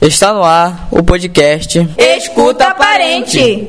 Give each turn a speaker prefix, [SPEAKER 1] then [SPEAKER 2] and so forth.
[SPEAKER 1] Está no ar o podcast
[SPEAKER 2] Escuta Parente.